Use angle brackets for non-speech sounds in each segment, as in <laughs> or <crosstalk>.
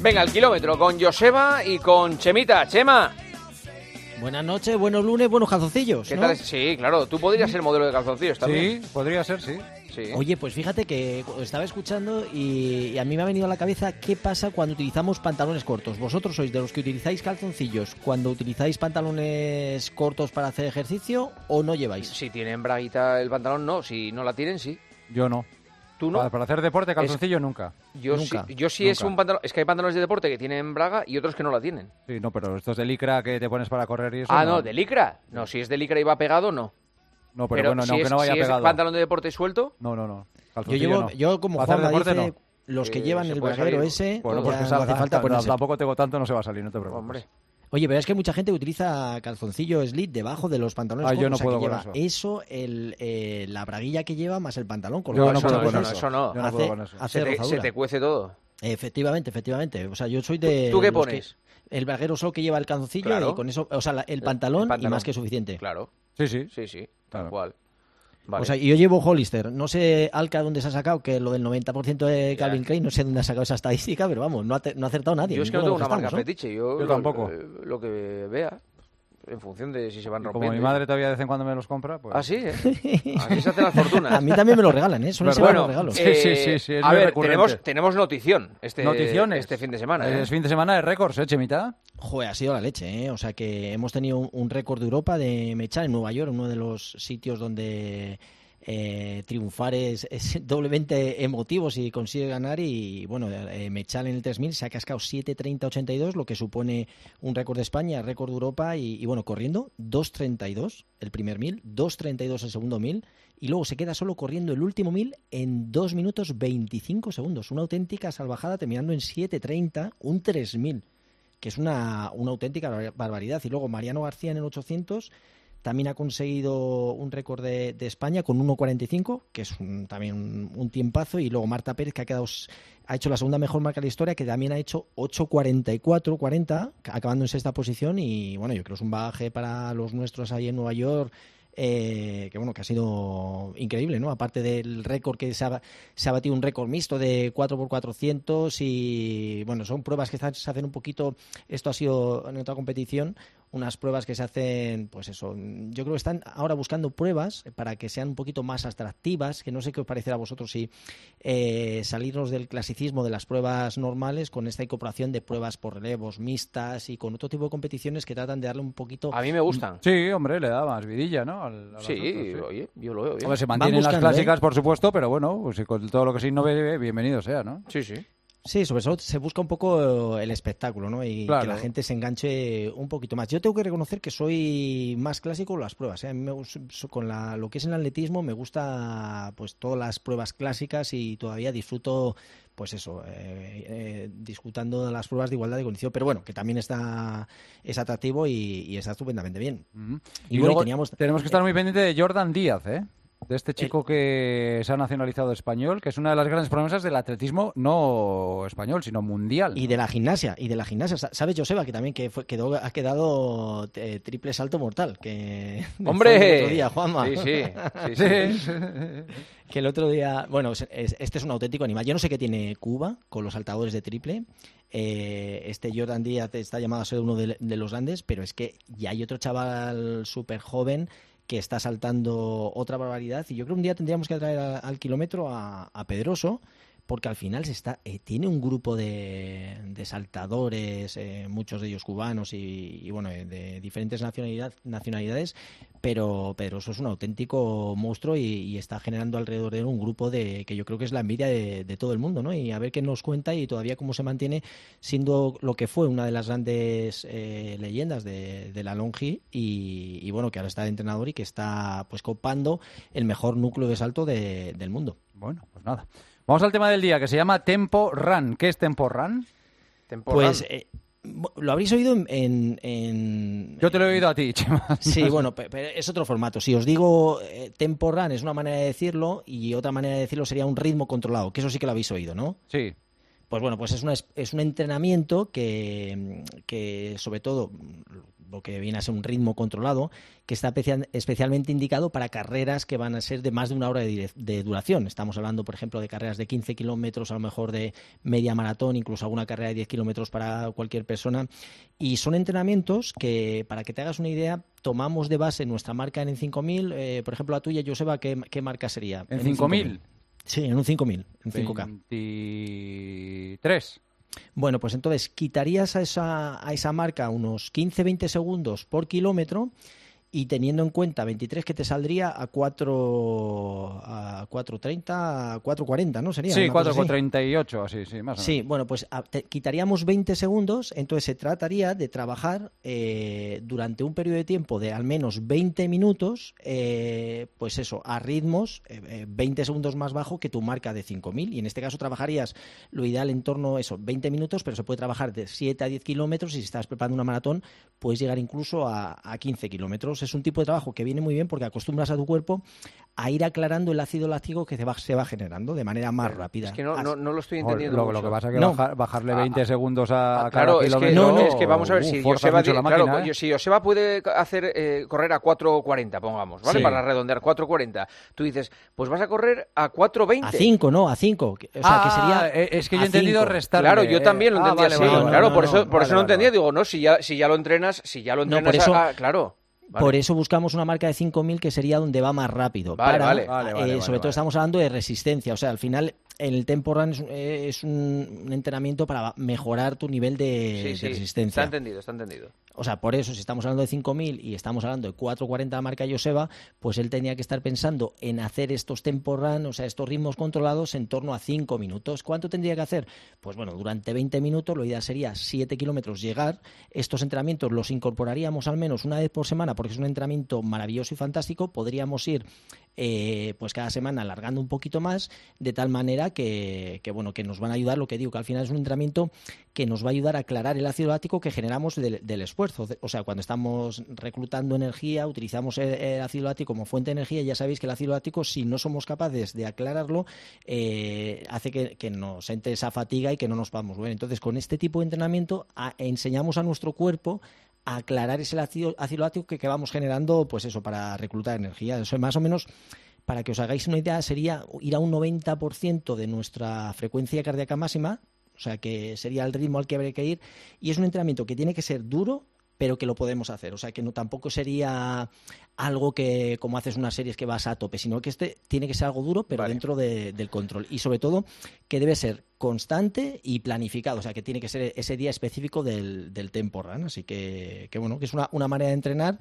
Venga, al kilómetro con Joseba y con Chemita. Chema, Buenas noches, buenos lunes, buenos calzoncillos. ¿qué ¿no? tal? Sí, claro, tú podrías ser modelo de calzoncillos también. Sí, podría ser, sí. Sí. Oye, pues fíjate que cu- estaba escuchando y, y a mí me ha venido a la cabeza qué pasa cuando utilizamos pantalones cortos. Vosotros sois de los que utilizáis calzoncillos cuando utilizáis pantalones cortos para hacer ejercicio o no lleváis. Si tienen braguita el pantalón, no. Si no la tienen, sí. Yo no. Tú no. Para, para hacer deporte, calzoncillo nunca. Yo Nunca, sí, yo sí es nunca. un pantalón. Es que hay pantalones de deporte que tienen braga y otros que no la tienen. Sí, no, pero estos de licra que te pones para correr y eso. ah, no, de licra. No, si es de licra y va pegado, no. No, pero, bueno, si no, es- que no vaya si pegado. Es pantalón de deporte suelto. No, no, no. Yo Calzoncillo llevo, no. yo como Para hacer Juan dice, deporte, no. los que Eh, llevan se el puede braguero salir. ese, Bueno, ya pues que no hace salga. falta Tam- ponerse. Tampoco tengo tanto, no se va a salir, no te preocupes. Hombre. Oye, pero es que mucha gente utiliza calzoncillo slit debajo de los pantalones Ah, cortos. yo no o sea, puedo que con lleva eso, el, eh, la braguilla que lleva más el pantalón. Con lo Yo cual no son puedo dos con cosas. eso. eso no. Yo no hace- puedo con eso. hace Se te, rozadura. se te cuece todo. Efectivamente, efectivamente. O sea, yo soy de. ¿Tú qué los pones? que- el braguero solo que lleva el calzoncillo Claro. Eh, y con eso. O sea, la- el, pantalón el y pantalón. más que suficiente. Claro, Sí, sí. sí, sí, tal Claro. Pues cual. Vale. O sea, y yo llevo Hollister. No sé, Alca, dónde se ha sacado, que lo del 90% de Ya. Calvin Klein, no sé dónde ha sacado esa estadística, pero vamos, no ha, te- no ha acertado nadie. yo es que no ninguno tengo Ah, de los una marca estamos, ¿no? fetiche. Yo, Yo lo- tampoco. Lo, que vea, en función de si se van Y rompiendo. Como mi madre todavía de vez en cuando me los compra, pues. Así, ¿eh? <laughs> Así se hacen las fortunas. A mí también me lo regalan, ¿eh? Suelen ser Bueno, buenos regalos. sí. sí, es a muy ver, recurrente. tenemos, tenemos notición este, Noticiones. este fin de semana. ¿eh? Es fin de semana de récords, ¿eh, Chemita? Joder, ha sido la leche, ¿eh? O sea que hemos tenido un, un récord de Europa de Mecha en Nueva York, uno de los sitios donde eh, triunfar es, es <laughs> doblemente emotivo si consigue ganar. Y bueno, eh, Mechal en el 3000 se ha cascado 7.30.82, lo que supone un récord de España, récord de Europa. Y, y bueno, corriendo 2.32 el primer 1000, 2.32 el segundo 1000. Y luego se queda solo corriendo el último 1000 en 2 minutos 25 segundos. Una auténtica salvajada terminando en 7.30, un 3000 que es una, una auténtica bar- barbaridad. Y luego Mariano García en el 800 también ha conseguido un récord de, de España con 1.45, que es un- también un, un tiempazo. Y luego Marta Pérez, que ha, quedado, s- ha hecho la segunda mejor marca de la historia, que también ha hecho 8.44.40, ca- acabando en sexta posición. Y bueno, yo creo que es un bagaje para los nuestros ahí en Nueva York. eh, que bueno, que ha sido increíble, ¿no? Aparte del récord que se ha, se ha batido un récord mixto de 4x400 y bueno, son pruebas que se hacen un poquito, esto ha sido en otra competición, unas pruebas que se hacen, pues eso, yo creo que están ahora buscando pruebas para que sean un poquito más atractivas, que no sé qué os parecerá a vosotros si eh, salirnos del clasicismo de las pruebas normales con esta incorporación de pruebas por relevos mixtas y con otro tipo de competiciones que tratan de darle un poquito... A mí me gustan. Sí, hombre, le da más vidilla, ¿no? Al- al Sí, asunto, oye, yo lo veo bien. Hombre, se mantienen las buscando, ¿eh? clásicas, por supuesto, pero bueno, pues, si con todo lo que se innove, bienvenido sea, ¿no? Sí, sí. Sí, sobre todo se busca un poco eh, el espectáculo, ¿no? Y Claro. que la gente se enganche un poquito más. Yo tengo que reconocer que soy más clásico en las pruebas. ¿eh? A mí me gus- so- con la- lo que es el atletismo me gusta pues todas las pruebas clásicas y todavía disfruto pues eso, eh, eh, disfrutando de las pruebas de igualdad de condición, pero bueno, que también está es atractivo y, y está estupendamente bien. Ujú. Y bueno, luego teníamos- tenemos que estar muy pendiente de Jordan Díaz, ¿eh? De este chico que se ha nacionalizado español, que es una de las grandes promesas del atletismo no español, sino mundial. Y de la gimnasia, y de la gimnasia. Sa- ¿Sabes, Joseba, que también que fue- quedó, ha quedado eh, triple salto mortal? Que <laughs> Hombre, el otro día, Juanma. Sí, sí, sí, sí. <laughs> Sí. Que el otro día, bueno, es- es- este es un auténtico animal. Yo no sé qué tiene Cuba con los saltadores de triple. Eh, este Jordan Díaz está llamado a ser uno de, de los grandes, pero es que ya hay otro chaval súper joven que está saltando otra barbaridad. Y yo creo que un día tendríamos que traer a- al kilómetro a, a Pedroso, porque al final se está, eh, tiene un grupo de, de saltadores, eh, muchos de ellos cubanos y, y, bueno, eh, de diferentes nacionalidad- nacionalidades, pero Pedroso es un auténtico monstruo y, y está generando alrededor de él un grupo de que yo creo que es la envidia de, de todo el mundo, ¿no? Y a ver qué nos cuenta y todavía cómo se mantiene siendo lo que fue una de las grandes eh, leyendas de, de la Longi y, y, bueno, que ahora está de entrenador y que está pues copando el mejor núcleo de salto de- del mundo. Bueno, pues nada. Vamos al tema del día, que se llama Tempo Run. ¿Qué es Tempo Run? Temporada. Pues eh, bo- lo habréis oído en... en- en- Yo te lo he oído a ti, <laughs> Chema. Sí, bueno, pe- pero es otro formato. Si os digo eh, tempo run es una manera de decirlo y otra manera de decirlo sería un ritmo controlado, que eso sí que lo habéis oído, ¿no? Sí. Pues bueno, pues es, una, es un entrenamiento que, que, sobre todo, lo que viene a ser un ritmo controlado, que está especial, especialmente indicado para carreras que van a ser de más de una hora de, de duración. Estamos hablando, por ejemplo, de carreras de 15 kilómetros, a lo mejor de media maratón, incluso alguna carrera de 10 kilómetros para cualquier persona. Y son entrenamientos que, para que te hagas una idea, tomamos de base nuestra marca en el 5000. Eh, por ejemplo, la tuya, Joseba, ¿qué, qué marca sería? ¿En, en 5000? Sí, en un 5000, en 5K. 23. Bueno, pues entonces quitarías a esa, a esa marca unos 15-20 segundos por kilómetro y teniendo en cuenta 23 que te saldría a 4 a 430 a 440 no sería sí 438 así. sí sí más o menos. sí bueno pues a, te, quitaríamos 20 segundos entonces se trataría de trabajar eh, durante un periodo de tiempo de al menos 20 minutos eh, pues eso a ritmos eh, 20 segundos más bajo que tu marca de 5000 y en este caso trabajarías lo ideal en torno a eso 20 minutos pero se puede trabajar de 7 a 10 kilómetros y si estás preparando una maratón puedes llegar incluso a, a 15 kilómetros es un tipo de trabajo que viene muy bien porque acostumbras a tu cuerpo a ir aclarando el ácido láctico que se va, se va generando de manera más rápida. Es que no, no, no lo estoy entendiendo. Lo, mucho. lo que pasa es que no. bajar, bajarle 20 ah, segundos a, ah, claro, cada es que, no, es que vamos a ver uh, si Joseba, de, máquina, claro, ¿eh? si Joseba puede hacer eh, correr a 4.40, pongamos, ¿vale? Sí. Para redondear 4.40. Tú dices, pues vas a correr a 4.20. A 5, no, a 5. O sea, ah, eh, que sería es que yo he entendido restar. Claro, yo también lo entendía así. Vale, vale, claro, por eso, por eso no entendía. Digo, no, si ya, si ya lo entrenas, si ya lo entrenas, ah, claro. Vale. Por eso buscamos una marca de 5.000 que sería donde va más rápido. Vale, para, vale, vale eh, sobre todo estamos hablando de resistencia. O sea, al final el tempo run es, eh, es un, un, entrenamiento para mejorar tu nivel de, sí, de sí. resistencia. Está entendido, está entendido. O sea, por eso, si estamos hablando de 5.000 y estamos hablando de 4.40 la marca Joseba, pues él tenía que estar pensando en hacer estos tempo run, o sea, estos ritmos controlados en torno a 5 minutos. ¿Cuánto tendría que hacer? Pues bueno, durante 20 minutos lo ideal sería 7 kilómetros llegar. Estos entrenamientos los incorporaríamos al menos una vez por semana porque es un entrenamiento maravilloso y fantástico. Podríamos ir eh, pues cada semana alargando un poquito más de tal manera que, que, bueno que nos van a ayudar lo que digo que al final es un entrenamiento que nos va a ayudar a aclarar el ácido láctico que generamos del, del esfuerzo o sea cuando estamos reclutando energía utilizamos el, el, ácido láctico como fuente de energía ya sabéis que el ácido láctico si no somos capaces de aclararlo eh, hace que, que, nos entre esa fatiga y que no nos podamos mover entonces con este tipo de entrenamiento a, enseñamos a nuestro cuerpo a aclarar ese ácido, ácido láctico que, que vamos generando pues eso para reclutar energía eso es más o menos para que os hagáis una idea, sería ir a un 90% de nuestra frecuencia cardíaca máxima, o sea que sería el ritmo al que habría que ir, y es un entrenamiento que tiene que ser duro, pero que lo podemos hacer, o sea que no tampoco sería algo que como haces unas series que vas a tope, sino que este tiene que ser algo duro, pero vale. dentro de, del control, y sobre todo que debe ser constante y planificado, o sea que tiene que ser ese día específico del, del tempo run, así que, que bueno, que es una, una manera de entrenar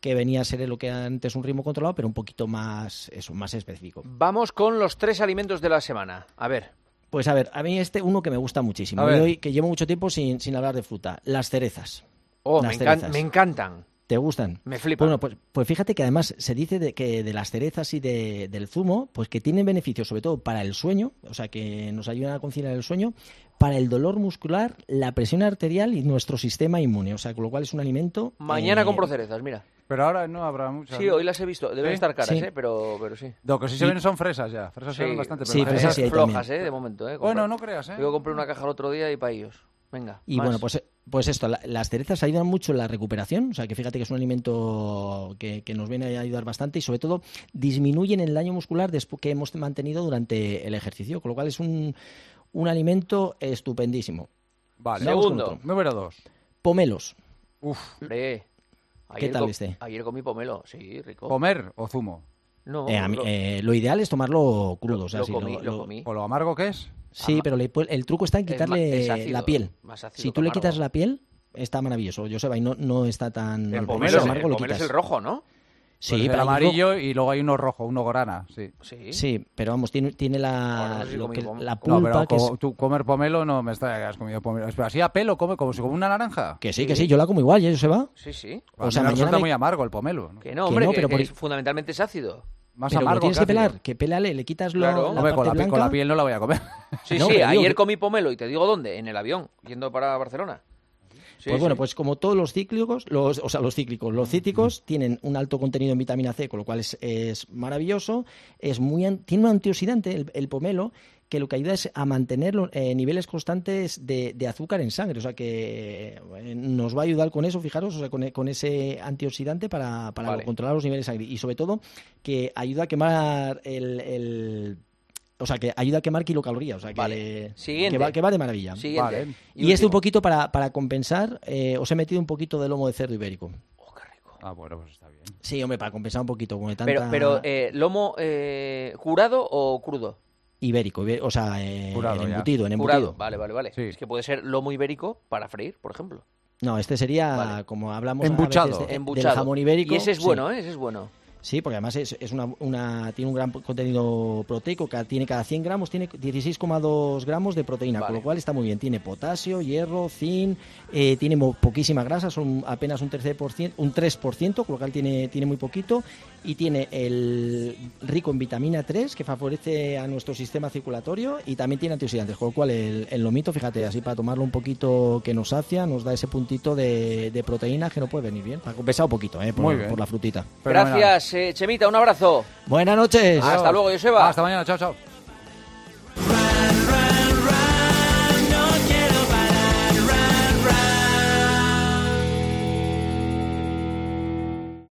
que venía a ser lo que antes un ritmo controlado, pero un poquito más, eso, más específico. Vamos con los tres alimentos de la semana. A ver. Pues a ver, a mí este uno que me gusta muchísimo, hoy, que llevo mucho tiempo sin, sin, hablar de fruta, las cerezas. Oh, las me, cerezas. Encan me encantan. ¿Te gustan? Me flipan. Bueno, pues, pues fíjate que además se dice de que de las cerezas y de, del zumo, pues que tienen beneficios sobre todo para el sueño, o sea, que nos ayudan a conciliar el sueño, para el dolor muscular, la presión arterial y nuestro sistema inmune, o sea, con lo cual es un alimento... Mañana eh... compro cerezas, mira. Pero ahora no habrá muchas. Sí, hoy las he visto. Deben ¿Sí? estar caras, sí. ¿eh? Pero, pero sí. Lo que sí se ven son fresas ya. Fresas sí. se ven bastante. Sí, pero fresas flojas, también. ¿eh? De momento, ¿eh? Comprar. Bueno, no creas, ¿eh? Yo compré una caja el otro día y para ellos. Venga. Y más. bueno, pues, pues esto, la, las cerezas ayudan mucho en la recuperación, o sea que fíjate que es un alimento que, que nos viene a ayudar bastante y sobre todo disminuyen el daño muscular después que hemos mantenido durante el ejercicio, con lo cual es un, un alimento estupendísimo. Vale, Vamos segundo, número dos. Pomelos. Uf, Hombre, ¿Qué tal este? Ayer comí pomelo, sí, rico. ¿Comer o zumo? No, eh, a mí, eh, lo ideal es tomarlo crudo. O sea, lo, si comí, lo, lo comí. ¿O lo amargo que es? Sí, Ama pero le, el truco está en quitarle es más, es ácido, la piel. Más si tú le quitas la piel, está maravilloso. Yo sé, y no, no está tan... El pomelo, amargo, el, lo quitas. es el rojo, ¿no? Sí, pues pero el amarillo y luego hay uno rojo, uno gorana, sí. Sí, sí pero vamos, tiene, tiene la, Ahora sí lo que- comí pom- la No, pulpa pero que es... co- tú comer pomelo no me está que has comido pomelo. Pero así a pelo, come como si come una naranja. Que sí, que sí, ¿eh? yo la como igual, ¿y eso se va? Sí, sí. O O sea, me mañana resulta me- muy amargo el pomelo. ¿no? Que no, hombre, no, que, pero por- es- fundamentalmente es ácido. Más pero lo amargo. tienes que ácido. pelar, que pélale, le quitas lo- Claro. la Hombre, con, parte la, pi- con blanca. la piel no la voy a comer. Sí, <laughs> No, sí, pero digo ayer que- comí pomelo y te digo dónde, en el avión, yendo para Barcelona. Sí, Pues bueno, sí. pues como todos los cíclicos, los, o sea, los cíclicos, los cítricos tienen un alto contenido en vitamina C, con lo cual es, es maravilloso, es muy an- tiene un antioxidante, el, el pomelo, que lo que ayuda es a mantener los, eh, niveles constantes de, de, azúcar en sangre. O sea que eh, nos va a ayudar con eso, fijaros, o sea, con, con ese antioxidante para, para vale. controlar los niveles de sangre. Y sobre todo, que ayuda a quemar el, el o sea, que ayuda a quemar kilocalorías. O sea, que, vale. que, va, que va, de maravilla. Vale. pues, Y, y este un poquito para, para compensar, eh, os he metido un poquito de lomo de cerdo ibérico. Oh, qué rico. Ah, bueno, pues está bien. Sí, hombre, para compensar un poquito. Con tanta... Pero, pero eh, ¿lomo eh, curado o crudo? Ibérico, ibérico o sea, curado, en embutido, ya. en embutido. Curado. Vale, vale, vale. Sí. Es que puede ser lomo ibérico para freír, por ejemplo. No, este sería, vale. como hablamos Embuchado. A veces de, Embuchado. del jamón ibérico. Y ese es bueno, sí. ¿eh? Ese es bueno. Sí, porque además es, es una, una, tiene un gran contenido proteico, que tiene cada 100 gramos, tiene 16,2 gramos de proteína, vale. con lo cual está muy bien. Tiene potasio, hierro, zinc, eh, tiene poquísima grasa, son apenas un, 13%, un 3%, con lo cual tiene, tiene muy poquito. Y tiene el rico en vitamina 3, que favorece a nuestro sistema circulatorio, y también tiene antioxidantes, con lo cual el, el lomito, fíjate, así para tomarlo un poquito que nos sacia, nos da ese puntito de, de proteína que no puede venir bien, para compensar un poquito, eh, por, muy bien. por la frutita. Gracias. eh, Chemita, un abrazo. Buenas noches. Hasta luego, Joseba. Hasta mañana, chao, chao.